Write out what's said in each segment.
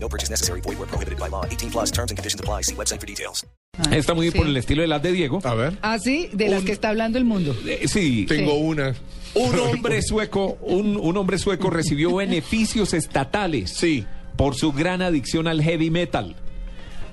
No purchase necessary. Void where prohibited by law. 18 plus terms and conditions apply. See website for details. Está muy bien por el estilo de las de Diego. A ver, Ah, sí, de las que está hablando el mundo. Eh, sí. tengo una. Un hombre sueco, un, un hombre sueco recibió beneficios estatales Sí. por su gran adicción al heavy metal,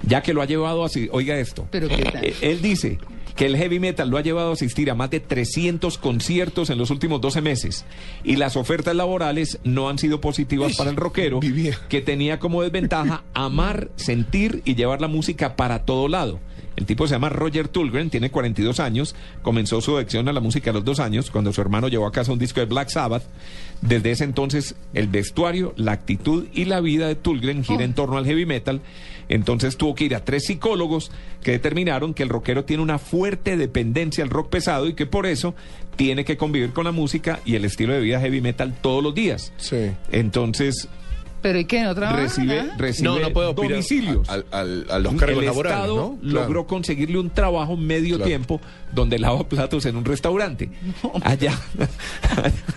ya que lo ha llevado a... asi- Oiga esto. Pero qué tal. Eh, Él dice que el heavy metal lo ha llevado a asistir a más de 300 conciertos en los últimos 12 meses y las ofertas laborales no han sido positivas para el rockero vivía. que tenía como desventaja amar, sentir y llevar la música para todo lado. El tipo se llama Roger Tulgren, tiene 42 años, comenzó su adicción a la música a los dos años cuando su hermano llevó a casa un disco de Black Sabbath. Desde ese entonces el vestuario, la actitud y la vida de Tulgren gira en torno al heavy metal. Entonces tuvo que ir a tres psicólogos que determinaron que el rockero tiene una fuerte dependencia al rock pesado y que por eso tiene que convivir con la música y el estilo de vida heavy metal todos los días. Sí. Entonces Pero ¿y qué? ¿No trabaja? recibe, nada? recibe No, no puedo opinar domicilios. al- al- a los cargos el laborales, Estado ¿no? logró Claro. conseguirle un trabajo medio Claro. tiempo donde lava platos en un restaurante. Allá,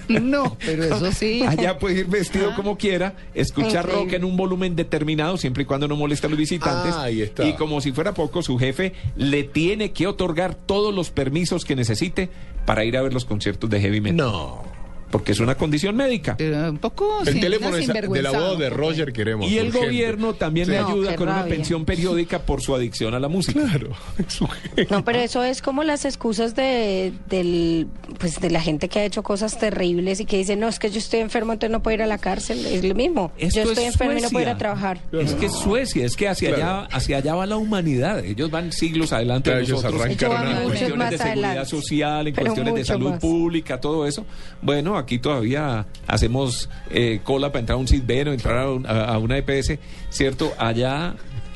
No, pero Ah, eso sí. allá puede ir Ah. vestido como quiera, escuchar Increíble. rock en un volumen determinado, siempre y cuando no moleste a los visitantes. Ah, ahí está. Y como si fuera poco, su jefe le tiene que otorgar todos los permisos que necesite para ir a ver los conciertos de heavy metal. No. Porque es una condición médica. Pero un poco El sí, teléfono una es de la sinvergüenzada, boda de un poco. Roger queremos. Y el urgente. gobierno también le Sí. No, ayuda qué con una rabia. pensión periódica por su adicción a la música. Claro, es urgente. No, pero eso es como las excusas de, del, pues de la gente que ha hecho cosas terribles y que dice, no, es que yo estoy enfermo, entonces no puedo ir a la cárcel. Es lo mismo. Esto yo estoy es enfermo y no puedo ir Suecia. a trabajar. Es que es Suecia, es que hacia Claro. allá, hacia allá va la humanidad. Ellos van siglos adelante Claro, de ellos nosotros. arrancaron Ellos van en antes. cuestiones muchos más de seguridad adelante. social, en Pero cuestiones de mucho salud más. pública, todo eso. Bueno, aquí todavía hacemos eh, cola para entrar a un CISBEN o entrar a, un- a- a una EPS, ¿cierto? Allá,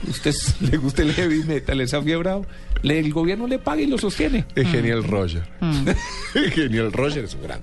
usted le gusta el heavy metal, es afiebrado, le- el gobierno le paga y lo sostiene. Mm. Es genial Roger. Es genial Roger, es un grande.